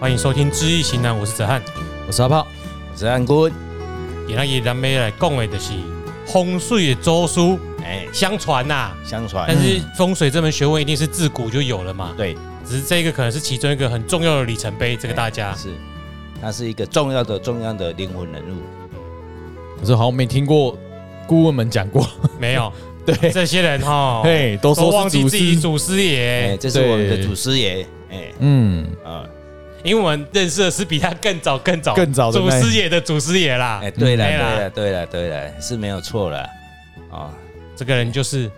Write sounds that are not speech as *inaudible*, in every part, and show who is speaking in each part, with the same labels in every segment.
Speaker 1: 欢迎收听《知易行难》，我是子翰。
Speaker 2: 我是阿炮，
Speaker 3: 我是安坤。
Speaker 1: 今仔日咱们要来讲的就是风水的周书，
Speaker 3: 哎，
Speaker 1: 相传呐、
Speaker 3: 相
Speaker 2: 哎
Speaker 3: 传
Speaker 1: 但是风水这门学问一定是自古就有了嘛。
Speaker 3: 对
Speaker 1: 只是这个可能是其中一个很重要的里程碑，这个大
Speaker 2: 啊
Speaker 1: 家
Speaker 3: 是，他是一个重要的重要的灵魂人物。
Speaker 2: 可是好像没听过顾问们讲过，
Speaker 1: *laughs* 没有
Speaker 2: 对，
Speaker 1: 这些人哈，
Speaker 2: *laughs* 嘿，哎都
Speaker 1: 都
Speaker 2: 说
Speaker 1: 忘
Speaker 2: 是
Speaker 1: 记
Speaker 2: 祖
Speaker 1: 自己
Speaker 2: 师，
Speaker 1: 祖师
Speaker 3: 哎，
Speaker 1: 爷，
Speaker 3: 这是我们的
Speaker 2: 对
Speaker 3: 祖师爷。哎
Speaker 2: 嗯，
Speaker 3: 啊，
Speaker 1: 因为我们认识的是比他更早、更早、
Speaker 2: 更早的
Speaker 1: 祖
Speaker 2: 那
Speaker 1: 师爷的祖师爷啦。
Speaker 3: 哎，对了
Speaker 1: 没
Speaker 3: 对
Speaker 1: 啊嗯啦
Speaker 3: 了对了对了，是没有错了。啊，
Speaker 1: 这个人就是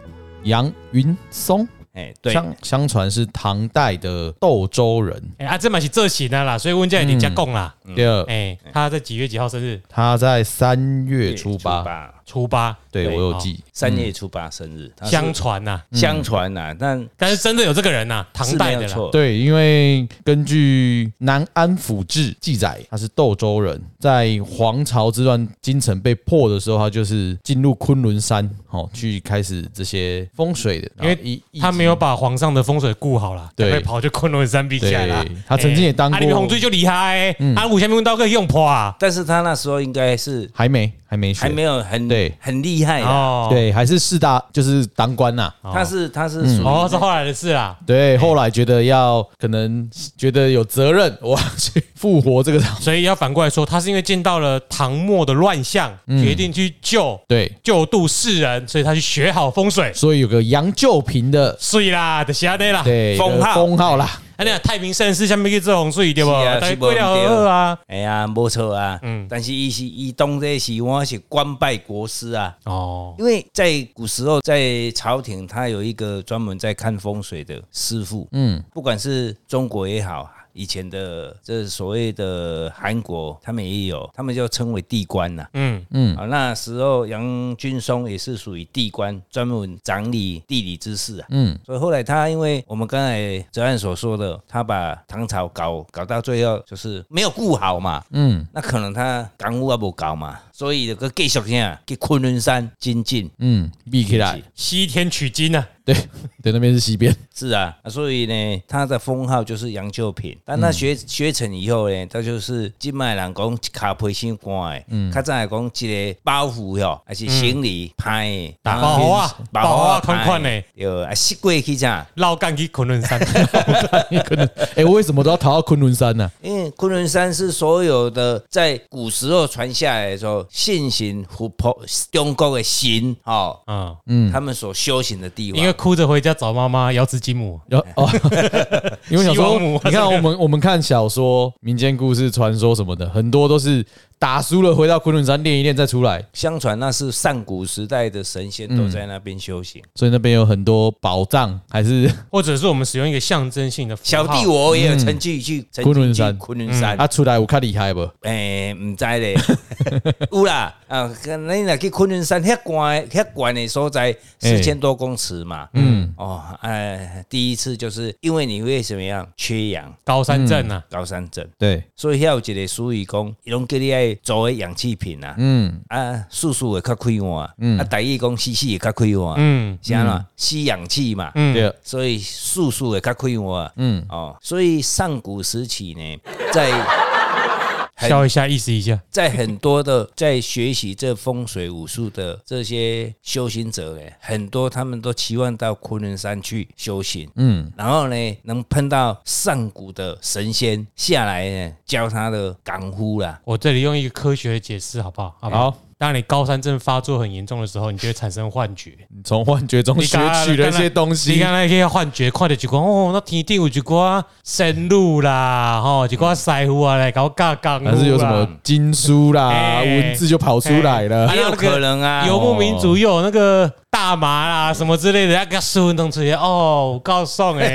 Speaker 2: 杨云松，
Speaker 3: 哎，对，
Speaker 2: 相相传是唐代的窦州人。
Speaker 1: 哎、啊，这嘛是这行的啦，所以温家已经加供啦。
Speaker 2: 第二，
Speaker 1: 哎、他在几月几号生日？
Speaker 2: 他在三月初八，
Speaker 3: 八，
Speaker 1: 初八，
Speaker 2: 对
Speaker 3: 对
Speaker 2: 我有
Speaker 1: 哦
Speaker 2: 记，
Speaker 3: 三月初八生日，他是
Speaker 1: 相传呐、
Speaker 3: 相传呐，但
Speaker 1: 但是真的有这个人呐、唐
Speaker 3: 是
Speaker 1: 代
Speaker 3: 没
Speaker 1: 的
Speaker 3: 有
Speaker 1: 啦。
Speaker 3: 错。
Speaker 2: 对，因为根据《南安府志》记载，他是窦州人，在黄巢之乱京城被破的时候，他就是进入昆仑山，哦，去开始这些风水的，
Speaker 1: 因为
Speaker 2: 然后易易
Speaker 1: 他没有把皇上的风水顾好啦，
Speaker 2: 对
Speaker 1: 才会跑去昆仑山比起来啦
Speaker 2: 对。他曾经也当
Speaker 1: 哎
Speaker 2: 过嗯
Speaker 1: 啊你们红锥就厉害、欸，啊，五千名刀可以用破啊。
Speaker 3: 但是他那时候应该是
Speaker 2: 还没还没学
Speaker 3: 还没有很
Speaker 2: 对啊
Speaker 3: 很厉害的，
Speaker 1: 哦，
Speaker 2: 对，还是四大就是当官呐、
Speaker 3: 他是他是属于
Speaker 1: 哦，是后来的事啦。
Speaker 2: 对，后来觉得要可能觉得有责任，我要去复活这个岛。
Speaker 1: 所以要反过来说，他是因为见到了唐末的乱象，
Speaker 2: 嗯
Speaker 1: 决定去救
Speaker 2: 对，
Speaker 1: 救度世人，所以他去学好风水。
Speaker 2: 所以有个杨旧平的
Speaker 1: 水啦，就是安尼啦。
Speaker 2: 对
Speaker 3: 封号
Speaker 2: 封号啦，
Speaker 1: 啊，那太平盛世下面去做洪水对不？
Speaker 3: 是啊
Speaker 1: 大
Speaker 3: 是
Speaker 1: 家
Speaker 3: 无
Speaker 1: 过了
Speaker 3: 毋对
Speaker 1: 二啊。
Speaker 3: 哎呀，没错啊，
Speaker 1: 嗯
Speaker 3: 嗯，但是伊是伊当这是我是官拜国师啊，
Speaker 1: 哦，
Speaker 3: 因为在古时候在朝廷，他有一个专门在看风水的师傅，
Speaker 2: 嗯，
Speaker 3: 不管是中国也好，以前的这所谓的韩国，他们也有，他们就称为地官呐、
Speaker 1: 嗯，
Speaker 3: 啊，那时候杨君松也是属于地官，专门掌理地理知识啊。
Speaker 2: 嗯，
Speaker 3: 所以后来他因为我们刚才哲安所说的，他把唐朝搞搞到最后就是没有顾好嘛。
Speaker 2: 嗯，
Speaker 3: 那可能他港务也无搞嘛，所以就个继续啥去昆仑山精进。
Speaker 2: 嗯，闭起来，
Speaker 1: 西天取经啊，
Speaker 2: 对对，那边
Speaker 1: *laughs*
Speaker 2: 是西边，
Speaker 3: 是啊，啊所以呢，他的封号就是杨旧品。但
Speaker 1: 嗯
Speaker 3: 他学、学成以后呢，他就是今麦人讲一卡皮先关的，嗯，较早来讲一个包袱哟，还是行李拍的，
Speaker 1: 嗯打包好啊包
Speaker 3: 包好
Speaker 1: 好啊
Speaker 3: 啊，
Speaker 1: 款款的
Speaker 3: 有啊，西过去啥？
Speaker 1: 绕干去昆仑山。 *laughs*
Speaker 2: 可能哎，我为什么都要逃到昆仑
Speaker 1: *laughs*
Speaker 2: 山呢？
Speaker 3: 因为昆仑山是所有的在古时候传下来的时候，信行湖泊中国的神哦，
Speaker 1: 嗯，
Speaker 3: 嗯，他们所修行的地
Speaker 1: 因为
Speaker 3: 方。
Speaker 1: 哭着回家找妈妈，瑶池金母。
Speaker 2: 然后
Speaker 1: *laughs*
Speaker 2: 哦，因为
Speaker 1: 西
Speaker 2: 想说
Speaker 1: 王母啊，
Speaker 2: 你看我们我们看小说、民间故事、传说什么的，很多都是打输了回到昆仑山练一练再出来，
Speaker 3: 相传那是上古时代的神仙
Speaker 1: 嗯
Speaker 3: 都在那边修行。
Speaker 2: 所以那边有很多宝藏，
Speaker 1: *laughs*
Speaker 2: 还是
Speaker 1: 或者是我们使用一个象征性的符号
Speaker 3: 小弟我也有曾经去曾经去
Speaker 2: 昆仑山
Speaker 3: 昆仑山
Speaker 2: 啊出来我看厉害不？
Speaker 3: 诶，唔知咧，
Speaker 2: *laughs*
Speaker 3: 有啦，啊，你若去昆仑山遐悬遐悬的所在，
Speaker 2: 哎
Speaker 3: 四千多公尺嘛，嗯，哦，哎，第一次就是因为你为什么样缺氧，
Speaker 1: 高山症啊，
Speaker 3: 高山症，
Speaker 2: 对，
Speaker 3: 所以遐有一个俗语讲，伊拢叫你爱做的氧气瓶啊，
Speaker 2: 嗯，
Speaker 3: 啊，速速会较快活，啊，台语讲死死会较快活，
Speaker 1: 嗯
Speaker 3: 是安怎吸氧气嘛，
Speaker 1: 嗯
Speaker 2: 对，
Speaker 3: 所以速速会较快活，
Speaker 2: 嗯
Speaker 3: 嗯，哦，所以上古时期呢，在很
Speaker 1: 笑一下，意思一下。
Speaker 3: 在很多的在学习这风水武术的这些修行者呢，很多他们都期望到昆仑山去修行，
Speaker 2: 嗯，
Speaker 3: 然后呢，能碰到上古的神仙下来呢，教他的港夫啦。
Speaker 1: 我这里用一个科学的解释，好不好？好不好
Speaker 2: 好？
Speaker 1: 当你高山症发作很严重的时候，你就会产生幻觉。
Speaker 2: 你嗯从幻觉中
Speaker 1: 你
Speaker 2: 学
Speaker 1: 刚刚
Speaker 2: 取了一些东
Speaker 1: 你
Speaker 2: 西
Speaker 1: 刚。才那个幻觉，看到一寡哦，那天顶有一寡神鹿啦，吼，一寡师傅啊来搞尬杠，
Speaker 2: 还是有什么经书啦、
Speaker 1: 哎
Speaker 2: 文字就跑出来了
Speaker 1: 哎。
Speaker 3: 也有可能啊，
Speaker 1: 游牧民族又有那个大麻啦什么之类的，要给他输弄出去哦，我告诉你， *laughs*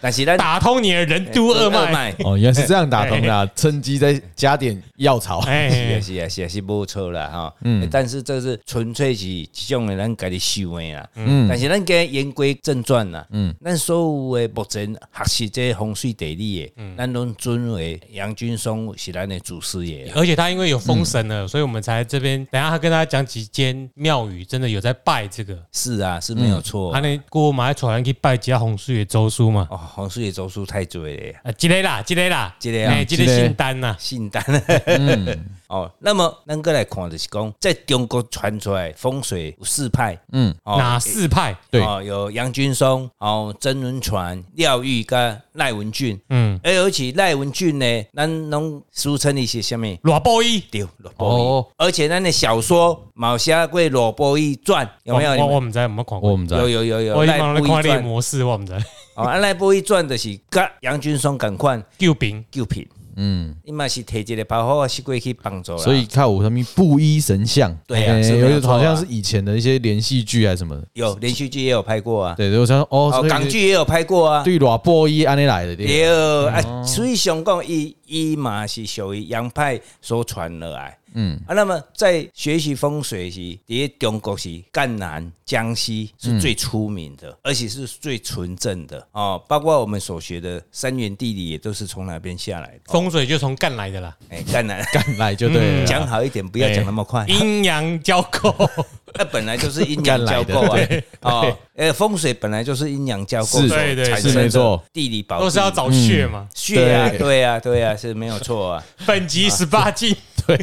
Speaker 3: 但是咱
Speaker 1: 打通你的任督二脉。
Speaker 3: 脉，
Speaker 2: 哦，原来是这样打通的啊，趁机再加点药草。 *laughs*
Speaker 1: 哎
Speaker 3: 是啊是啊是是无错啦吼。哎但是这是纯粹是一种的咱家己修的啦。嗯但是咱该言归正传啦。嗯，咱所有的目前学习这风水地理的，咱拢尊为杨军松是咱的祖师爷啦。
Speaker 1: 而且他因为有
Speaker 3: 嗯
Speaker 1: 封神了，所以我们才这边。等一下他跟大家讲几间庙宇，真的有在拜这个。
Speaker 3: 是啊，是没有错
Speaker 1: 他。那过马带人去拜一下洪水的周书嘛，
Speaker 3: 哦，洪水的周书太多了。
Speaker 1: 啊，一个啦，一个啦，
Speaker 3: 一个啊
Speaker 1: 哎一
Speaker 2: 一
Speaker 1: 个
Speaker 2: 个
Speaker 1: 姓单呐，
Speaker 3: 信单。 *laughs* 哦，那么咱过来看就是讲，在中国传出来风水有四派，嗯，哦
Speaker 1: 哪四派？
Speaker 2: 对
Speaker 3: 哦，有杨君松，哦，曾文传、廖玉跟赖文俊，哎
Speaker 1: 嗯，
Speaker 3: 而尤其赖文俊呢，咱拢俗称伊是什么？
Speaker 1: 罗布衣，
Speaker 3: 对，罗
Speaker 2: 哦
Speaker 3: 波伊，而且咱的小说《毛虾贵罗波伊传》有没有？
Speaker 1: 哦我我我们在我们广
Speaker 2: 我
Speaker 1: 播，
Speaker 2: 们在
Speaker 3: 有有有有
Speaker 1: 我一
Speaker 3: 赖
Speaker 1: 帮人
Speaker 3: 波
Speaker 1: 看
Speaker 3: 伊
Speaker 1: 猎
Speaker 3: 传，
Speaker 1: 模式，我们在
Speaker 3: 哦，啊赖波伊传就是跟杨君松同款
Speaker 1: 救兵。
Speaker 3: 救品，
Speaker 2: 嗯，
Speaker 3: 伊嘛是摕一个包好啊，是过去帮助啦
Speaker 2: 所以看我他们布衣神像，
Speaker 3: 对啊
Speaker 2: 哎
Speaker 3: 是没有
Speaker 2: 有
Speaker 3: 错啊
Speaker 2: 好像是以前的一些连续剧还是什么的，
Speaker 3: 有连续剧也有拍过啊，
Speaker 2: 对，我想说哦，
Speaker 3: 哦
Speaker 2: 所，以
Speaker 3: 港剧也有拍过啊。
Speaker 2: 对裸布衣安尼来的，对吧，
Speaker 3: 对
Speaker 1: 哦
Speaker 3: 啊，所以想讲，伊伊嘛是属于洋派所传落来。嗯啊，那么在学习风水时，伫中国是赣南、江西是最出名的，
Speaker 1: 嗯
Speaker 3: 而且是最纯正的哦。包括我们所学的三元地理也都是从那边下来的。
Speaker 1: 风水就从干来的啦，
Speaker 3: 哎，赣
Speaker 1: *laughs*
Speaker 3: 南
Speaker 2: 干来就对了
Speaker 3: 讲
Speaker 2: 啦，
Speaker 3: 好一点，不要讲那么快。
Speaker 1: 阴阳交媾，
Speaker 3: 那本来就是阴阳交
Speaker 1: *laughs*
Speaker 3: 构啊，哦，呃，风水本来就是阴阳交构
Speaker 2: 是
Speaker 3: 所
Speaker 1: 对对
Speaker 3: 产
Speaker 1: 是
Speaker 3: 生
Speaker 2: 没
Speaker 3: 的
Speaker 2: 错
Speaker 3: 地理保
Speaker 1: 都是要
Speaker 3: 地
Speaker 1: 找穴嘛。
Speaker 3: 血啊，
Speaker 2: 对
Speaker 3: 对啊，对啊，是没有错啊。
Speaker 1: 本集十八禁，
Speaker 2: 对，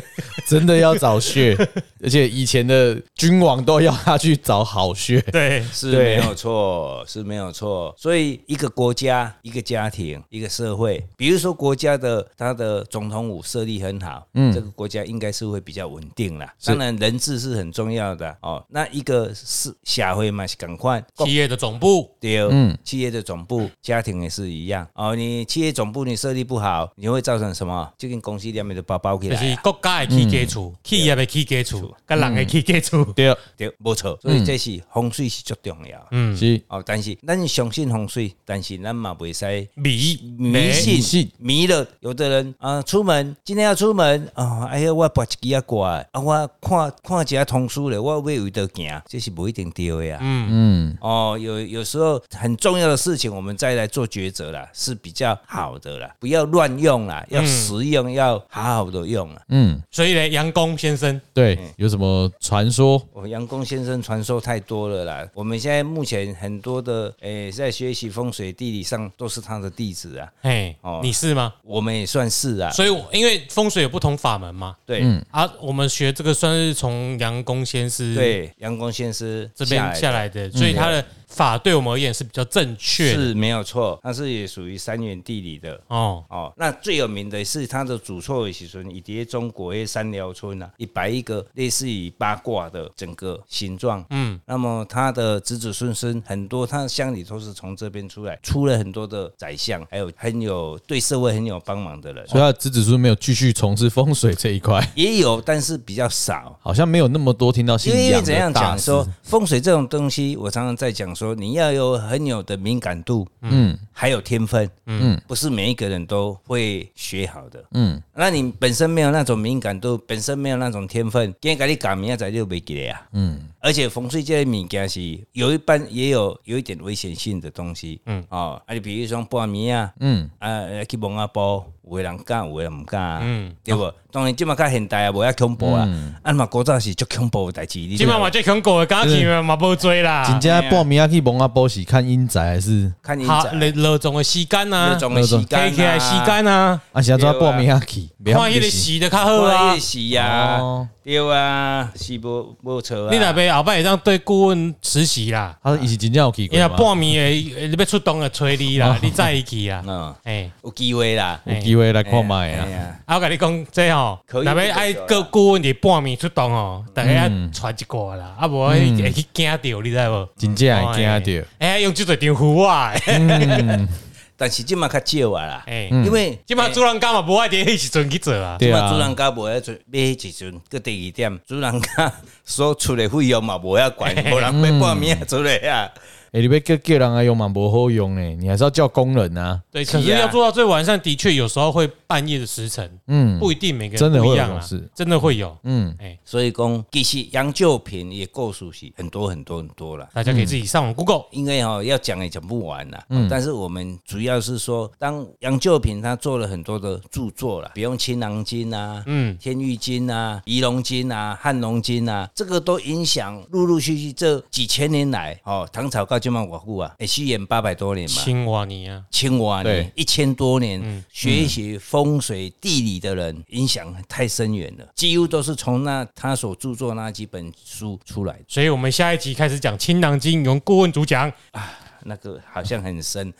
Speaker 2: 真的要找穴， *laughs* 而且以前的君王都要他去找好穴，
Speaker 1: 对，
Speaker 3: 是没
Speaker 2: 对
Speaker 3: 有错，是没有错。所以一个国家、一个家庭、一个社会，比如说国家的它的总统府设立很好，嗯，这个国家应该是会比较稳定啦。当然，人治是很重要的哦。那一个是社会嘛，是赶快。
Speaker 1: 企业的总部
Speaker 3: 对，嗯，企业的总部，家庭也是一样哦。你企业总部你设立不好，你会造成什么？就跟公司里面的包包起
Speaker 1: 就
Speaker 3: 来、
Speaker 1: 是
Speaker 3: 啊，
Speaker 1: 国家的起基础，企业的起基础，跟人的起基础。
Speaker 2: 对，
Speaker 3: 对，没错。所以这是风水是最重要的。
Speaker 1: 嗯，
Speaker 2: 是
Speaker 3: 哦，但是咱相信风水，但是咱嘛袂使
Speaker 1: 迷
Speaker 3: 迷
Speaker 2: 迷
Speaker 3: 信
Speaker 2: 信
Speaker 3: 迷了。有的人啊、出门今天要出门啊、哎呀，我拔一支啊挂的，啊，我看看一下通书咧，我为有得行，这是不一定对的呀、啊
Speaker 2: 嗯，
Speaker 3: 哦，有有时候很重要的事情，我们再来做抉择啦，是比较好的啦，不要乱用啦，要实用，要好好的用啦。啊
Speaker 2: 嗯，
Speaker 1: 所以呢，杨公先生
Speaker 2: 对，有什么传说？
Speaker 3: 我哦杨公先生传授太多了啦。我们现在目前很多的，诶、在学习风水地理上都是他的弟子啊。
Speaker 1: 嘿
Speaker 3: 哦，
Speaker 1: 你是吗？
Speaker 3: 我们也算是啊，
Speaker 1: 所以我，因为风水有不同法门嘛，
Speaker 3: 对、
Speaker 2: 嗯
Speaker 1: 啊，我们学这个算是从杨公先师
Speaker 3: 对，阳光先师
Speaker 1: 这边
Speaker 3: 下嗯
Speaker 1: 下来的，所以他的法对我们而言是比较正确的
Speaker 3: 是没有错，它是也属于三元地理的。
Speaker 1: 哦。
Speaker 3: 哦，那最有名的是他的主错的时村，以及中国的三寮村啊，一百一个类似于八卦的整个形状。嗯，那么他的子子孙孙很多，他的乡里都是从这边出来，出了很多的宰相，还有很有对社会很有帮忙的人，
Speaker 2: 所以他的子子孙没有继续从事风水这一块， *laughs*
Speaker 3: 也有，但是比较少。
Speaker 2: 好像没有那么多听到
Speaker 3: 因
Speaker 2: 信
Speaker 3: 为
Speaker 2: 仰
Speaker 3: 怎样
Speaker 2: 的大
Speaker 3: 讲
Speaker 2: 师。
Speaker 3: 说风水这种东西，我常常在讲说，你要有很有的敏感度，嗯，还有天分，嗯，不是每一个人都会学好的，嗯，那你本身没有那种敏感度，本身没有那种天分，今天给你改，明天仔就没给了呀，嗯，而且风水这些物件是有一般也有有一点危险性的东西，嗯，哦，啊，你比如说半暝啊，嗯，啊，去蒙阿波，有的人敢，有的人毋敢，嗯，对不？当然，即马较现代啊，无遐恐怖啊，啊嘛古早是足恐怖的代志，你知
Speaker 1: 今
Speaker 3: 道
Speaker 1: 晚
Speaker 3: 吗
Speaker 1: 我最恐怖的，刚刚你们嘛不追
Speaker 2: 人
Speaker 3: 啊
Speaker 1: 啦，
Speaker 2: 家报名要去蒙阿波喜看阴宅，还是
Speaker 3: 看你
Speaker 1: 好，
Speaker 3: 怎
Speaker 1: 热热种的吸干呐
Speaker 3: 那，啊种的时
Speaker 1: 可以
Speaker 3: 间
Speaker 1: 起来吸干啊，
Speaker 2: 啊是安怎报名要去？不要
Speaker 1: 看迄个
Speaker 2: 是
Speaker 1: 洗的较好
Speaker 3: 我
Speaker 1: 啊
Speaker 3: 也。是啊
Speaker 2: 哦，
Speaker 3: 对啊，是无无错啊。
Speaker 1: 你若边后摆会当对顾问实习啦，
Speaker 2: 他以前真正有去
Speaker 1: 伊
Speaker 2: 过
Speaker 1: 若
Speaker 2: 吗
Speaker 1: 半暝诶，你要出动诶催你
Speaker 2: 哦
Speaker 1: 啦，你再去
Speaker 2: *laughs*
Speaker 1: 啊。
Speaker 3: 嗯，
Speaker 1: 哎，
Speaker 3: 有机会啦，
Speaker 2: 有机会来看
Speaker 3: 哎
Speaker 2: 卖
Speaker 3: 呀
Speaker 2: 啊！，
Speaker 1: 啊我甲你讲，这吼，
Speaker 3: 可
Speaker 1: 若
Speaker 3: 以
Speaker 1: 要
Speaker 3: 就
Speaker 1: 爱
Speaker 3: 对啦
Speaker 1: 个顾问伫半暝出动哦，大家传一个啦，啊无会去惊着，你知无？
Speaker 2: 嗯真正会惊嗯
Speaker 1: 着，哎，用即多张符啊，
Speaker 3: 但是即马较少啊
Speaker 1: *laughs*
Speaker 3: 啦，
Speaker 1: 哎，
Speaker 3: 因为
Speaker 1: 即摆主人家嘛无爱伫迄时阵去做啊
Speaker 2: 着，。嗯对
Speaker 3: 即马主
Speaker 2: 啊
Speaker 3: 人，家无遐做买一阵，佮第二 *laughs* 点，主人家所出的费用嘛无遐悬，无人买半暝啊出来啊。
Speaker 2: 哎、你被叫叫人来用嘛，不好用诶，你还是要叫工人啊。
Speaker 1: 对，
Speaker 3: 是
Speaker 1: 可是
Speaker 3: 啊
Speaker 1: 要做到最完善，的确有时候会半夜的时辰，
Speaker 2: 嗯，
Speaker 1: 不一定每个
Speaker 2: 真
Speaker 1: 人
Speaker 2: 的
Speaker 1: 不
Speaker 2: 会
Speaker 1: 一
Speaker 2: 有
Speaker 1: 样
Speaker 2: 这
Speaker 1: 啦
Speaker 2: 种事，
Speaker 1: 真的会有，
Speaker 2: 嗯，
Speaker 1: 哎，
Speaker 3: 所以讲，其实杨旧品也够熟悉很多很多很多了。
Speaker 1: 大家可以自己上
Speaker 2: 嗯
Speaker 1: 网 Google，
Speaker 3: 因为哈、哦、要讲也讲不完啦，但是我们主要是说，当杨旧平他做了很多的著作啦，比如《青囊经》啊，
Speaker 1: 嗯
Speaker 3: 《天玉经》啊，《仪龙经》啊，《汉龙经》啊，这个都影响陆陆续续这几千年来，哦，唐朝到今嘛我久啊，诶，西元八百多年嘛，
Speaker 1: 青蛙你啊，
Speaker 3: 清华
Speaker 2: 对
Speaker 3: 年一千多年，学习风水地理的人影响太深远了，几乎都是从那他所著作那几本书出来的。
Speaker 1: 所以我们下一集开始讲《青囊经》，由顾问主
Speaker 3: *laughs*
Speaker 1: 讲，
Speaker 3: 那个好像很深，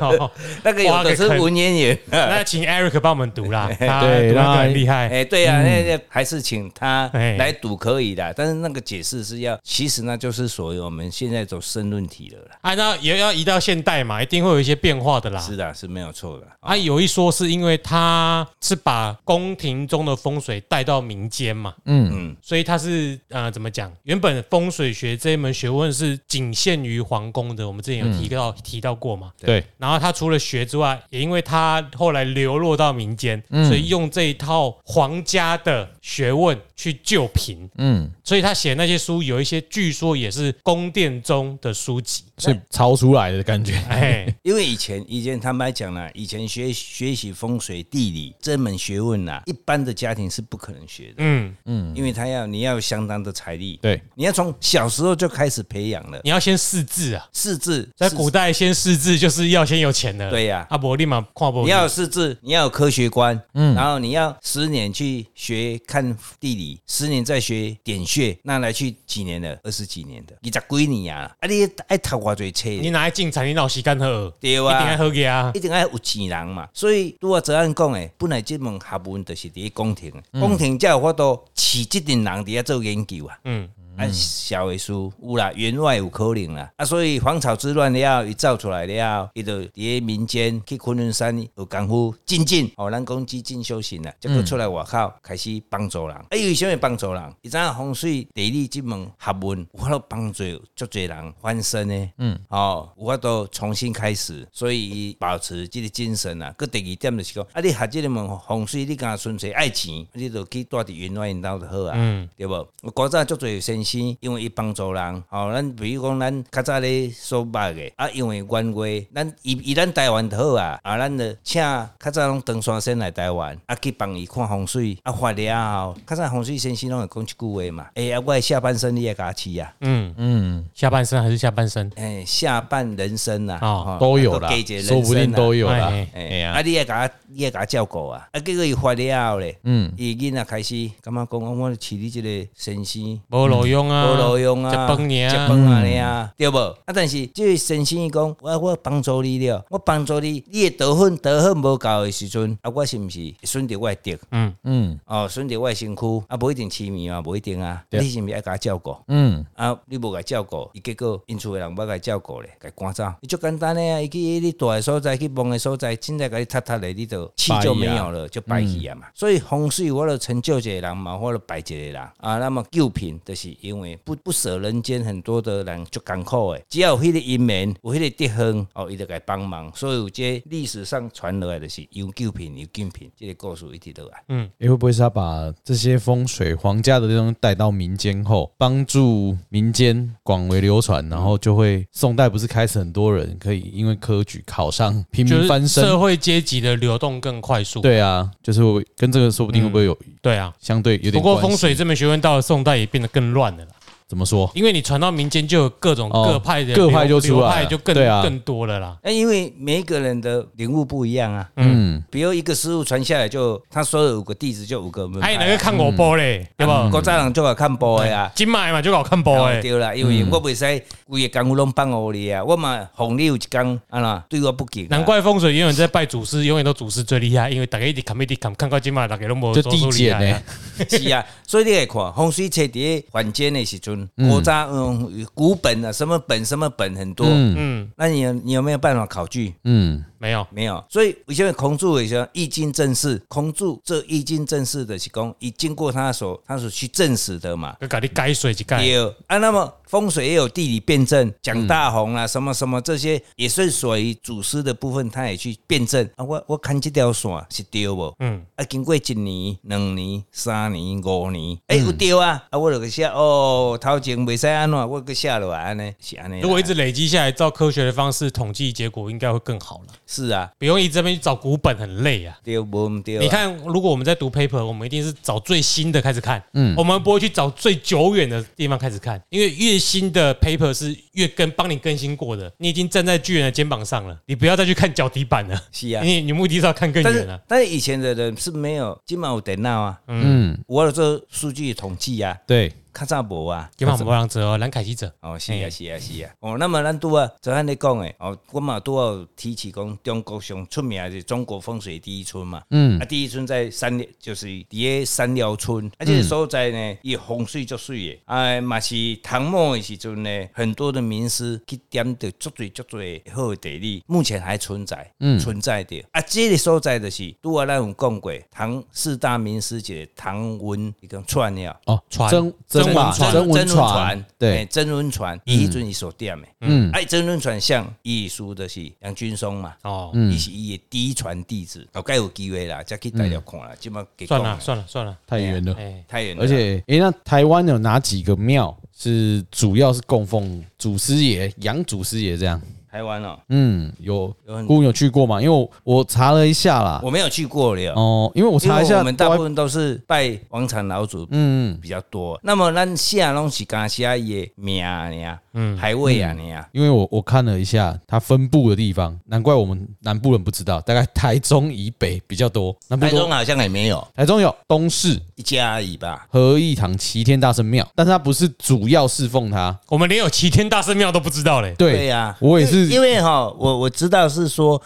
Speaker 1: 哦
Speaker 3: 那个有的是
Speaker 1: 挖个坑
Speaker 3: 文言言。 *laughs*
Speaker 1: 那哎请 Eric 帮我们读啦，他
Speaker 2: 对
Speaker 1: 读
Speaker 2: 让
Speaker 1: 的
Speaker 2: 他
Speaker 1: 很厉害，
Speaker 3: 哎，对啊，那那还是请他
Speaker 1: 嗯哎
Speaker 3: 来赌可以的，但是那个解释是要，其实那就是所谓我们现在走申论题了啦。
Speaker 1: 按照啊也要移到现代嘛，一定会有一些变化的啦。
Speaker 3: 是的，是没有错的。
Speaker 1: 啊，有一说是因为他是把宫廷中的风水带到民间嘛，
Speaker 3: 嗯，
Speaker 1: 所以他是呃怎么讲？原本风水学这一门学问是仅限于皇宫的，我们之前有提到、提到过嘛。
Speaker 2: 对，
Speaker 1: 然后他除了学之外，也因为他后来流落到民间，
Speaker 3: 嗯
Speaker 1: 所以用这一套皇家的学问去救贫，
Speaker 2: 嗯，
Speaker 1: 所以他写那些书有一些据说也是宫殿中的书籍。
Speaker 2: 所以潮出来的感觉。
Speaker 1: 哎，
Speaker 3: 因为以前以前坦白讲啦，以前学学习风水地理这门学问啦，一般的家庭是不可能学的，
Speaker 1: 嗯，
Speaker 3: 因为他要你要有相当的财
Speaker 2: *laughs*
Speaker 3: 力，
Speaker 2: 对，
Speaker 3: 你要从小时候就开始培养了
Speaker 1: 你要先识字啊。
Speaker 3: 识字，
Speaker 1: 在
Speaker 3: 识
Speaker 1: 古代，先识字就是要先有钱的。啊
Speaker 3: 对呀
Speaker 1: 阿伯立马跨博。
Speaker 3: 你要有识字，你要有科学观，嗯，然后你要十年去学看地理，十年再学点穴，那来去几年了？二十几年的，你十几年啊？啊，你爱读偌侪册
Speaker 1: 你
Speaker 3: 的？
Speaker 1: 拿来进产，你脑洗干喝，
Speaker 3: 对
Speaker 1: 一定爱
Speaker 3: 啊。
Speaker 1: 喝给啊。
Speaker 3: 一定要有钱人嘛，所以如果这样讲诶，本来这门学问就是伫宫廷，
Speaker 1: 嗯
Speaker 3: 宫廷才有法度饲这阵人伫遐做研究啊。
Speaker 1: 嗯，
Speaker 3: 啊，小的书有啦，员外有可能啦，啊，所以黄巢之乱了，伊走出来了，伊就伫咧民间去昆仑山有功夫精进，哦，咱讲精进修行啦，结果出来外口开始帮助人，啊，伊为什么帮助人？伊知影风水地理这门学问，有法度帮助足侪人翻身呢，嗯，哦，有法度重新开始，所以伊保持这个精神啊。佮第二点就是讲，啊，你学这个门风水，你敢纯粹爱钱，你就去住伫员外因兜就好啊。
Speaker 1: 嗯，
Speaker 3: 对无？我古早足侪先生，因为伊帮助人，吼、咱比如讲咱较早咧所捌嘅，啊，因为冤家，咱伊伊咱台湾就好啊，啊，咱就请较早拢登山先来台湾，啊，去帮伊看风水，啊，发了后，较早风水先生拢会讲一句话嘛，哎、啊，我的下半身你也甲饲啊。
Speaker 1: 嗯嗯，下半身还是下半身？
Speaker 3: 哎、下半人生呐、啊，
Speaker 1: 哦
Speaker 3: 吼
Speaker 2: 都有啦
Speaker 3: 还有多一，个
Speaker 2: 说不定
Speaker 3: 人生啊
Speaker 2: 都有啦
Speaker 1: 哎。
Speaker 3: 哎、
Speaker 2: 哎
Speaker 3: 啊，
Speaker 2: 呀，
Speaker 3: 你也甲你也甲照顾啊，啊，结果伊发了后咧，嗯，伊囡仔开始感觉讲，哦我饲你即个先生，
Speaker 1: 无路用啊，
Speaker 3: 无路用啊，
Speaker 1: 食饭呢
Speaker 3: 食
Speaker 1: 啊。
Speaker 3: 饭安尼啊，对无？啊，但是即位先生伊讲，我我帮助你了，我帮助你，你的得分得分无够的时阵，啊，我是毋是会顺着我的德？
Speaker 1: 嗯
Speaker 2: 嗯
Speaker 3: 哦，顺着我的身躯，啊，无一定痴迷嘛，无一定啊，
Speaker 2: 对
Speaker 3: 你是毋是爱甲照顾？
Speaker 2: 嗯，
Speaker 3: 啊，你无甲照顾，伊结果因厝的人无甲照顾咧，甲赶走，伊足简单诶啊！伊去你住诶所在，去忙诶所在，凊彩甲你踢踢咧，你就气就没有了，就白去啊嘛。所以风水我著成就一个人嘛，我著摆一个人啊。那么救贫，就是因为不不舍人间很多的人足艰苦诶，只要有迄个因缘，有迄个德行，哦，伊就甲伊帮忙。所以有这历史上传落来就是有救贫，有救贫，这个故事一直落来。
Speaker 2: 诶，哎会不会是他把这些风水皇家的这种带到民间后，帮助民间广为流传，然后就会宋代不是开始很多人可以因为科举考上平
Speaker 1: 就
Speaker 2: 民翻
Speaker 1: 是
Speaker 2: 身
Speaker 1: 社？会阶级的流动更快速。
Speaker 2: 对啊，就是会跟这个说不定会不会有
Speaker 1: 对啊，
Speaker 2: 相对有点
Speaker 1: 不过
Speaker 2: 关系
Speaker 1: 风水这门学问到了宋代也变得更乱了啦，
Speaker 2: 怎么说？
Speaker 1: 因为你传到民间就有各种
Speaker 2: 哦
Speaker 1: 各派的
Speaker 2: 各
Speaker 1: 流
Speaker 2: 派就出来
Speaker 1: 流
Speaker 2: 了
Speaker 1: 派就更
Speaker 2: 对啊
Speaker 1: 更多了啦。
Speaker 3: 那因为每一个人的领悟不一样啊，
Speaker 2: 嗯，
Speaker 3: 比如一个师傅传下来就，他说有五个弟子就五个
Speaker 2: 嗯
Speaker 3: 门
Speaker 1: 哎，
Speaker 3: 派、
Speaker 1: 哪个看我波嘞？对不？
Speaker 3: 国早人就来看波的啊。
Speaker 1: 今麦嘛就搞看波
Speaker 3: 哦
Speaker 1: 诶，
Speaker 3: 对啦，因
Speaker 1: 嗯
Speaker 3: 为我袂使规个功夫拢放互你啊，我嘛红你有一工啊啦，对我不敬啊。
Speaker 1: 难怪风水永远在拜祖师，永远都祖师最厉害，因为大家一直看一直看，看到今麦大家都没有
Speaker 2: 就
Speaker 1: 做出
Speaker 2: 递
Speaker 1: 厉
Speaker 2: 减欸
Speaker 1: 害啊
Speaker 2: 呢，
Speaker 3: 是
Speaker 1: *laughs*
Speaker 3: 啊，所以你来看风水册伫晚间的时阵，古早嗯古本啊，什么本什么本很多，
Speaker 1: 嗯，
Speaker 3: 那你有你有没有办法考据？
Speaker 2: 嗯
Speaker 1: 没有，
Speaker 3: 没有，所以为什么孔子为什么易经正式？孔子这易经正式的是讲，已经过他所他所去证实的嘛。
Speaker 1: 就给你改水一改，
Speaker 3: 有啊，那么风水也有地理辩证，蒋大红啊，什么什么这些也是属于祖师的部分，他也去辩证啊。我我看这条线是对不？
Speaker 1: 嗯，
Speaker 3: 啊，经过一年、两年、三年、五年，哎、
Speaker 1: 嗯
Speaker 3: 有对啊！啊，我就去写哦，头前袂使安怎，我去写落来安尼是安尼啦。
Speaker 1: 如果一直累积下来，照科学的方式统计结果，应该会更好了。
Speaker 3: 是啊，
Speaker 1: 不用一直这边去找古本，很累啊。
Speaker 3: 对无毋对啊？
Speaker 1: 你看，如果我们在读 paper，我们一定是找最新的开始看，嗯，我们不会去找最久远的地方开始看，因为越新的 paper 是越跟帮你更新过的，你已经站在巨人的肩膀上了，你不要再去看脚底板了，
Speaker 3: 是啊
Speaker 1: 你你目的是要看更
Speaker 3: 但
Speaker 1: 远
Speaker 3: 是
Speaker 1: 了，
Speaker 3: 但是以前的人是没有，今晚有电脑啊，
Speaker 2: 嗯，
Speaker 3: 我有做数据统计啊，
Speaker 2: 对，
Speaker 3: 较早无啊。
Speaker 1: 金马模浪者哦，蓝凯西者，
Speaker 3: 哦，是啊，是啊，是啊。哦，那么咱拄啊，昨天你讲诶，哦，我嘛拄啊有提起讲中国上出名的是中国风水第一村嘛。嗯。啊，第一村在三寮，就是伫个三寮村，啊，这个所在呢，伊风水足水诶，啊，嘛是唐末诶时阵呢，很多的名师去点着足侪足侪好诶地理，目前还存在，嗯，存在着。啊，这个所在就是拄啊，咱有讲过唐四大名师一个唐文一个串了。
Speaker 2: 哦，
Speaker 1: 船
Speaker 2: 真
Speaker 1: 真文
Speaker 2: 真吧
Speaker 1: 船
Speaker 2: 真文
Speaker 3: 船
Speaker 2: 船，，
Speaker 3: 哎
Speaker 2: 对，
Speaker 3: 真文船，伊迄阵伊所点的，嗯，哎，真文船像伊输的是杨军松嘛，
Speaker 2: 嗯
Speaker 1: 哦，
Speaker 3: 伊是伊的第一船弟子，后盖有机会啦，再去大家看啦，即马给
Speaker 1: 算了算了算了，
Speaker 2: 太远了。
Speaker 1: 哎，
Speaker 3: 太远
Speaker 2: 嗯
Speaker 3: 了，
Speaker 2: 而且，诶，那台湾有哪几个庙是主要是供奉祖师爷、杨祖师爷这样？
Speaker 3: 台湾哦，
Speaker 2: 嗯，有
Speaker 3: 有很
Speaker 2: 姑娘有去过吗？因为我我查了一下啦，
Speaker 3: 我没有去过了，
Speaker 2: 哦，因为我查一
Speaker 3: 因为
Speaker 2: 下，
Speaker 3: 我们大部
Speaker 2: 都在
Speaker 3: 分都是拜王禅老祖，嗯，比较多。那么咱写拢是干写伊的名呀，嗯，海味啊，你啊，
Speaker 2: 因为我我看了一下它分布的地方，难怪我们南部人不知道，大概台中以北比较多，南部
Speaker 3: 台
Speaker 2: 多
Speaker 3: 中。啊好像也没有
Speaker 2: 台中有东市
Speaker 3: 一家而已吧，
Speaker 2: 合义堂齐天大圣庙，但是它不是主要侍奉它。
Speaker 1: 我们连有齐天大圣庙都不知道嘞，
Speaker 2: 对
Speaker 3: 对呀、
Speaker 2: 我也
Speaker 3: 因
Speaker 2: 是，
Speaker 3: 为哈，我我知道是说，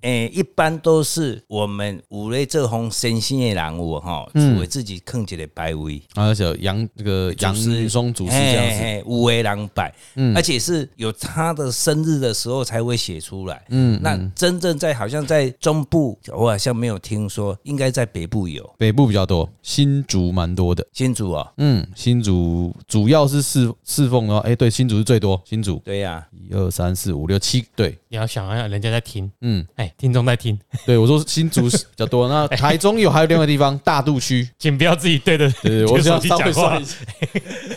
Speaker 3: 诶、一般都是我们五类这方神仙的人物哈，
Speaker 2: 嗯
Speaker 3: 我自己坑一个牌位，
Speaker 2: 而且啊杨这个杨
Speaker 3: 师
Speaker 2: 松祖师这样子，嗯
Speaker 3: 嘿，五位人摆，而且是有他的生日的时候才会写出来。
Speaker 2: 嗯
Speaker 3: 嗯，那真正在好像在中部，我好像没有听说，应该在北部有
Speaker 2: 北部比较多，新竹蛮多的。
Speaker 3: 新竹哦。
Speaker 2: 嗯，新竹主要是侍侍奉的话，哎、对，新竹是最多，新竹
Speaker 3: 对呀、
Speaker 2: 一二三四五六七，对，
Speaker 1: 你要想想人家在听，
Speaker 2: 嗯，
Speaker 1: 哎，听众在听，
Speaker 2: 对，我说新竹是比较
Speaker 3: *laughs*
Speaker 2: 多。那台中有还有另外一个地
Speaker 3: 哎
Speaker 2: 方大肚区，
Speaker 1: 请不要自己对着
Speaker 2: 对，
Speaker 1: 这
Speaker 2: 我
Speaker 1: 个 *laughs* 手
Speaker 2: 想
Speaker 1: 机
Speaker 2: 稍微
Speaker 1: 讲话
Speaker 2: 算一，
Speaker 3: *laughs*
Speaker 2: 下，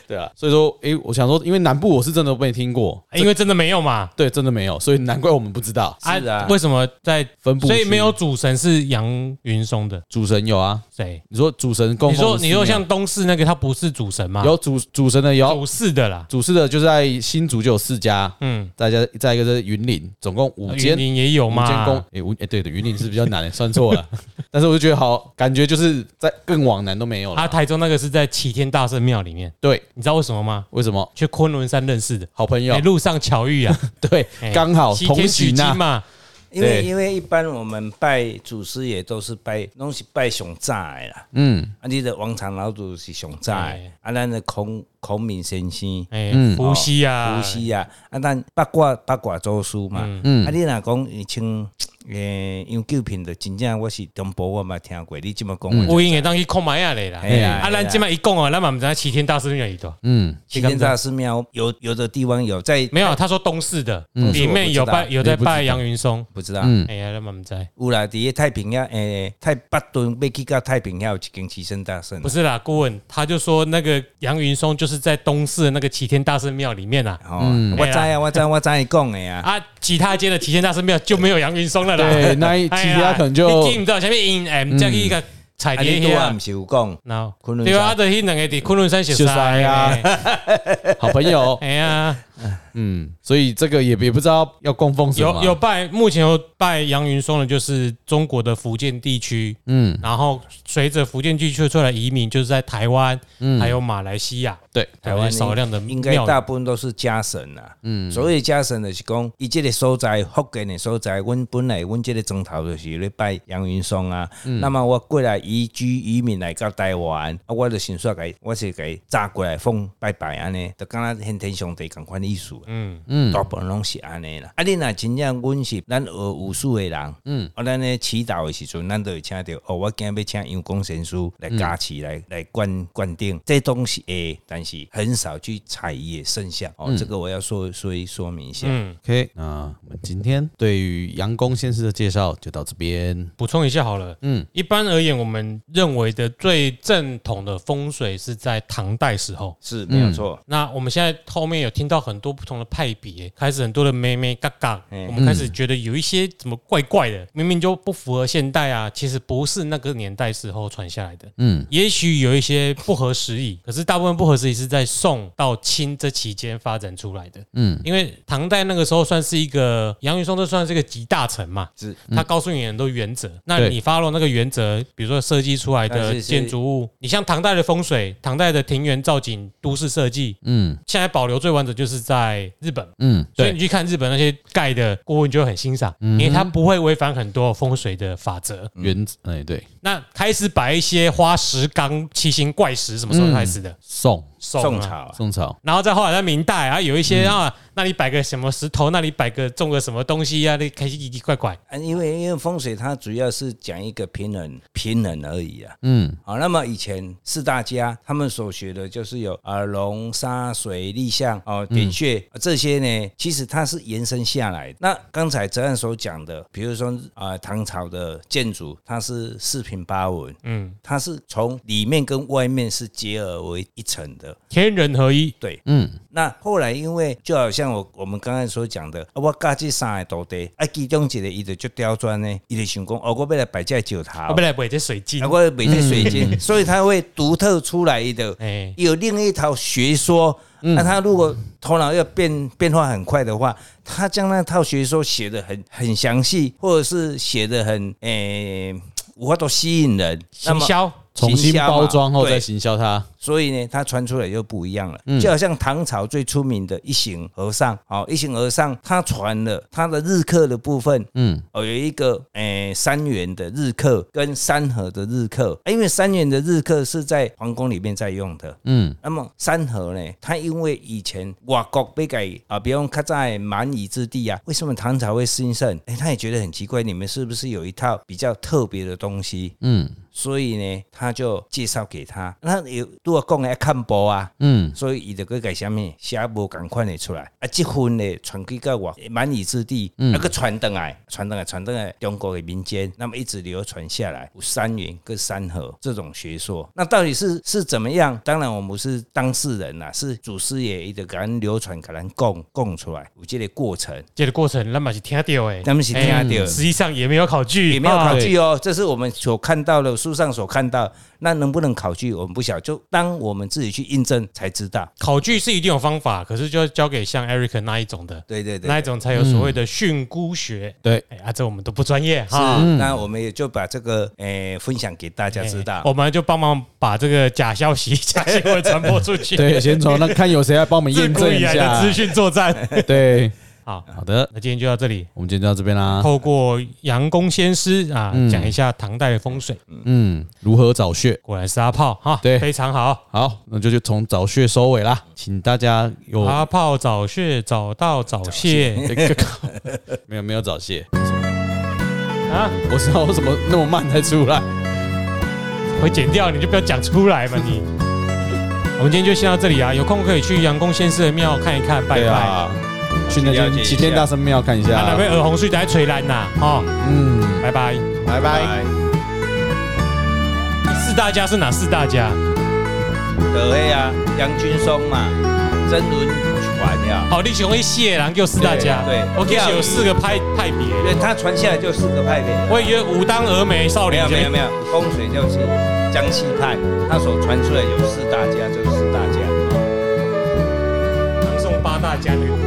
Speaker 2: 对啊，所以说，诶，我想说，因为南部我是真的没听过，
Speaker 3: 哎
Speaker 1: 哎因为真的没有嘛。
Speaker 2: 对，真的没有，所以难怪我们不知道。
Speaker 3: 是啊
Speaker 1: 为什么在
Speaker 2: 分布区
Speaker 1: 所以没有主神是杨云松的
Speaker 2: 主神有啊，
Speaker 1: 谁？
Speaker 2: 你说主神供
Speaker 1: 你
Speaker 2: 奉
Speaker 1: 说
Speaker 2: 的寺庙，啊
Speaker 1: 你说像东市那个，他不是主神吗？
Speaker 2: 有主主神的有，
Speaker 1: 主事的啦，
Speaker 2: 主事的就是在新竹就有四家，
Speaker 1: 嗯，啊
Speaker 2: 再加再一个是云林，总共五
Speaker 1: 云
Speaker 2: 间。
Speaker 1: 林呃也有
Speaker 2: 五间
Speaker 1: 嘛，，
Speaker 2: 宫
Speaker 1: 啊
Speaker 2: 诶，云诶，对的，云林是比较难 *laughs* 的，算错了。但是我就觉得好，感觉就是在更往南都没有
Speaker 1: 啊，
Speaker 2: 了。
Speaker 1: 台中那个是在齐天大圣庙里面，
Speaker 2: 对，
Speaker 1: 你知道为什么吗？
Speaker 2: 为什么？
Speaker 1: 去昆仑山认识的，
Speaker 2: 好朋友
Speaker 1: 哎，，路上巧遇啊，
Speaker 2: *laughs* 对，
Speaker 1: 哎
Speaker 2: 刚好
Speaker 1: 西
Speaker 2: 同
Speaker 1: 天取
Speaker 2: 行
Speaker 1: 经
Speaker 2: 啊，
Speaker 1: 嘛，
Speaker 3: 因为
Speaker 2: 对
Speaker 3: 因为一般我们拜祖师也都是拜，拢是拜上早的啦。
Speaker 2: 嗯，
Speaker 3: 啊，你的王长老祖是上早的
Speaker 1: 哎，
Speaker 3: 啊，咱的孔孔明先生、
Speaker 1: 哎，
Speaker 2: 嗯
Speaker 1: 伏羲啊，
Speaker 2: 哦
Speaker 3: 伏羲啊，啊，咱八卦八卦周书嘛，
Speaker 1: 嗯
Speaker 3: 啊，你若讲你像诶杨九平的，真正我是中部我嘛听过，你这么讲我就，
Speaker 1: 我应该当去看埋啊嘞啦。
Speaker 3: 哎呀
Speaker 1: 啊，咱今麦一共哦，咱嘛不知道齐天大圣庙有多，
Speaker 2: 嗯，
Speaker 3: 齐天大师庙有有的地方有在，
Speaker 1: 没有，他说东市的
Speaker 2: 嗯
Speaker 1: 里面有拜有在拜杨云松，
Speaker 3: 不知道，
Speaker 1: 哎呀，咱嘛不知道。
Speaker 3: 有啦，伫个太平洋诶太北屯要去到太平洋有一间齐天大圣啊
Speaker 1: 不，是啦，顾问，他就说那个杨云松就是在东市的那个齐天大圣庙里面啊，
Speaker 3: 哦，我知啊，我知啊， *laughs* 我知你讲的啊，
Speaker 1: 啊，其他间的齐天大圣庙就没有杨云松了啦。
Speaker 2: 对那一
Speaker 1: 哎呀
Speaker 2: 其他可能就
Speaker 1: 你听不到前面音，哎，再去一个彩
Speaker 3: 啊，
Speaker 1: 蝶
Speaker 3: 你
Speaker 1: 去
Speaker 3: 拄啊
Speaker 1: 啊
Speaker 3: 毋。是有讲，
Speaker 1: 那
Speaker 3: 昆仑山
Speaker 1: 对啊，的迄两个伫昆仑山雪
Speaker 2: 雪山啊
Speaker 1: 哎
Speaker 2: 好
Speaker 1: *laughs*
Speaker 2: 朋友，哦
Speaker 1: 哎呀，
Speaker 2: 嗯，所以这个也也不知道要供奉什啊么
Speaker 1: 有，有拜，目前有拜杨云松的，就是中国的福建地区，
Speaker 2: 嗯，
Speaker 1: 然后随着福建地区出来移民，就是在台湾，还有马来西亚，
Speaker 2: 对，
Speaker 1: 台湾少量的
Speaker 3: 应该
Speaker 1: 庙宇，
Speaker 3: 大部分都是家神啦。嗯，所谓家神就是讲，伊这个所在
Speaker 1: 嗯
Speaker 3: 福建的所在，阮本来阮这个庄头就是咧拜杨云松啊。那么我过来移居移民来到台湾，啊，我就想说给，我是给炸过来奉拜拜安尼，就敢若天天上帝共款的意思。嗯嗯，大部分拢是安尼啦。啊，你若真正阮是咱学武术的人，嗯，啊，咱咧祈祷的时阵，咱都会请到哦，我今日要请杨公神师来加持来来灌灌顶，这东西会，但是很少去采伊的圣像。哦，这个我要说说一说明一下。
Speaker 2: OK，
Speaker 4: 那我们今天对于阳光先师的介绍就到这边。
Speaker 1: 补充一下好了，嗯，一般而言，我们认为的最正统的风水是在唐代时候。
Speaker 3: 是没有错，
Speaker 1: 那我们现在后面有听到很多不同的派别，开始很多的妹妹嘎嘎，
Speaker 3: 嗯
Speaker 1: 我们开始觉得有一些怎么怪怪的，明明就不符合现代啊，其实不是那个年代时候传下来的。
Speaker 4: 嗯，
Speaker 1: 也许有一些不合时宜，可是大部分不合时宜是在宋到清这期间发展出来的。
Speaker 4: 嗯
Speaker 1: 嗯，因为唐代那个时候算是一个杨玉松，这算是一个集大成嘛，
Speaker 3: 是
Speaker 1: 他告诉你很多原则，那
Speaker 2: 对
Speaker 1: 你 follow 那个原则，比如说设计出来
Speaker 3: 但是
Speaker 1: 的
Speaker 3: 是
Speaker 1: 建筑物，你像唐代的风水、唐代的庭园造景、都市设计，
Speaker 4: 嗯
Speaker 1: 现在保留最完整就是在日本。
Speaker 4: 嗯
Speaker 1: 所以你去看日本那些盖的顾问，你就会很欣赏，因为它不会违反很多风水的法则。
Speaker 4: 原则哎对，
Speaker 1: 那开始摆一些花石纲、奇形怪石，什么时
Speaker 3: 嗯
Speaker 1: 候开始的？
Speaker 4: 宋
Speaker 1: 宋
Speaker 3: 宋
Speaker 1: 啊
Speaker 3: 朝啊
Speaker 4: 宋朝，
Speaker 1: 然后再后来在明代啊，有一些啊，
Speaker 3: 嗯
Speaker 1: 那里摆个什么石头，那里摆个种个什么东西啊，那开始奇奇怪怪。
Speaker 3: 啊，因为因为风水它主要是讲一个平衡平衡而已啊。
Speaker 4: 嗯
Speaker 3: 好，那么以前四大家他们所学的就是有啊龙、沙水、立象、哦点穴、啊这些呢，其实它是延伸下来的。那刚才哲安所讲的，比如说啊、唐朝的建筑，它是四平八稳，
Speaker 1: 嗯，
Speaker 3: 它是从里面跟外面是结合为一层的。
Speaker 1: 天人合一。
Speaker 3: 对，
Speaker 4: 嗯
Speaker 3: 那后来因为就好像我我们刚才所讲的，啊、我家这三个土地，啊，其中一个伊就就刁钻呢，伊就想讲，哦，我要来摆这石头，
Speaker 4: 哦
Speaker 1: 啊，不来不会，这水晶
Speaker 3: 啊，。我每天水
Speaker 4: 嗯
Speaker 3: 晶，所以他会独特出来的，
Speaker 1: 哎
Speaker 3: 有另一套学说。
Speaker 4: 嗯
Speaker 3: 那他如果头脑要变变化很快的话，他将那套学说写的很很详细，或者是写的很诶、无法都吸引人，那
Speaker 1: 行
Speaker 3: 么
Speaker 1: 销，
Speaker 4: 重新
Speaker 3: 行销嘛
Speaker 4: 包装后
Speaker 3: 对
Speaker 4: 再行销
Speaker 2: *laughs*
Speaker 4: 它，
Speaker 3: 所以呢，它传出来就不一样了。
Speaker 4: 嗯
Speaker 3: 就好像唐朝最出名的一行和尚，哦，一行和尚他传了他的日课的部分，
Speaker 4: 嗯
Speaker 3: 哦，有一个诶、三元的日课跟三合的日课、啊因为三元的日课是在皇宫里面在用的。
Speaker 4: 嗯
Speaker 3: 那么三合呢？它因为以前外国被改啊，比方较在蛮夷之地啊，为什么唐朝会兴盛？哎、他也觉得很奇怪，你们是不是有一套比较特别的东西？
Speaker 4: 嗯
Speaker 3: 所以呢，他就介绍给他。那有如果讲要看波啊，
Speaker 4: 嗯
Speaker 3: 所以伊就佮改啥物写无共款的出来，啊，即份呢传去到外蛮夷之地，啊个传登来，传登来，传登来中国的民间，那么一直流传下来，有三元跟三合这种学说，那到底是是怎么样？当然我们不是当事人啦、是祖师爷伊就给咱流传，给咱供供出来，有这个过程，
Speaker 1: 这个过程，咱们是听到哎，
Speaker 3: 咱们是听
Speaker 1: 哎
Speaker 3: 到
Speaker 1: 实际上也没有考据，
Speaker 3: 也没有
Speaker 1: 啊
Speaker 3: 考据哦，这是我们所看到的书上所看到，那能不能考据我们不晓，就当我们自己去印证才知道。
Speaker 1: 考据是一定有方法，可是就要交给像 Eric 那一种的，
Speaker 3: 对对对
Speaker 1: 那一种才有所谓的训诂学。
Speaker 4: 对，
Speaker 1: 哎啊，这我们都不专业哈。
Speaker 3: 是，那我们也就把这个诶、呃分享给大家
Speaker 1: 哎
Speaker 3: 知道。
Speaker 1: 我们就帮忙把这个假消息、假新闻传播出去。
Speaker 2: 对，先从那看有谁来帮我们
Speaker 1: 自
Speaker 2: 验
Speaker 1: 古
Speaker 2: 证一
Speaker 1: 以来的
Speaker 2: 下
Speaker 1: 资。讯作战。
Speaker 2: 对，
Speaker 1: 好，
Speaker 4: 啊 *laughs* 好的，
Speaker 1: 那今天就到这里。
Speaker 4: 我们今天就到这边啦，
Speaker 1: 透过杨公先师啊，讲一下唐代的风水，
Speaker 4: 嗯，如何找穴？
Speaker 1: 果然是阿炮哈，
Speaker 4: 对
Speaker 1: 非常好。
Speaker 4: 好，那就就从找穴收尾啦，请大家有
Speaker 2: 哦
Speaker 1: 阿炮早穴早到早泄
Speaker 4: 这个 *laughs* 没有没有找穴，
Speaker 1: 啊，
Speaker 4: 我知道我怎么那么慢才出来，
Speaker 1: 会剪掉你就不要讲出来嘛你。我们今天就先到这里啊，有空可以去杨公先师的庙看一看，拜
Speaker 4: 对
Speaker 1: 拜。啊，
Speaker 4: 啊，去那
Speaker 3: 了解
Speaker 4: 间
Speaker 3: 一下
Speaker 4: 齐天大圣庙看一
Speaker 1: 那
Speaker 4: 下，
Speaker 1: 边耳红水在吹烂呐，哦，
Speaker 4: 嗯，
Speaker 1: 拜拜。
Speaker 2: 拜拜。
Speaker 1: 四大家是哪四大家？
Speaker 3: 德黑啊，杨军松嘛，曾轮啊传呀，
Speaker 1: 好，你喜欢谢人叫四大家，
Speaker 3: 对对
Speaker 1: 我记得有四个派派别。
Speaker 3: 因为他传下来就四个派别。
Speaker 1: 我以为武当峨眉少
Speaker 3: 没
Speaker 1: 林
Speaker 3: 有没
Speaker 1: 街
Speaker 3: 有没有，风水就是江西派，他所传出来有四大家，就是四大家。
Speaker 1: 唐宋八大家那个。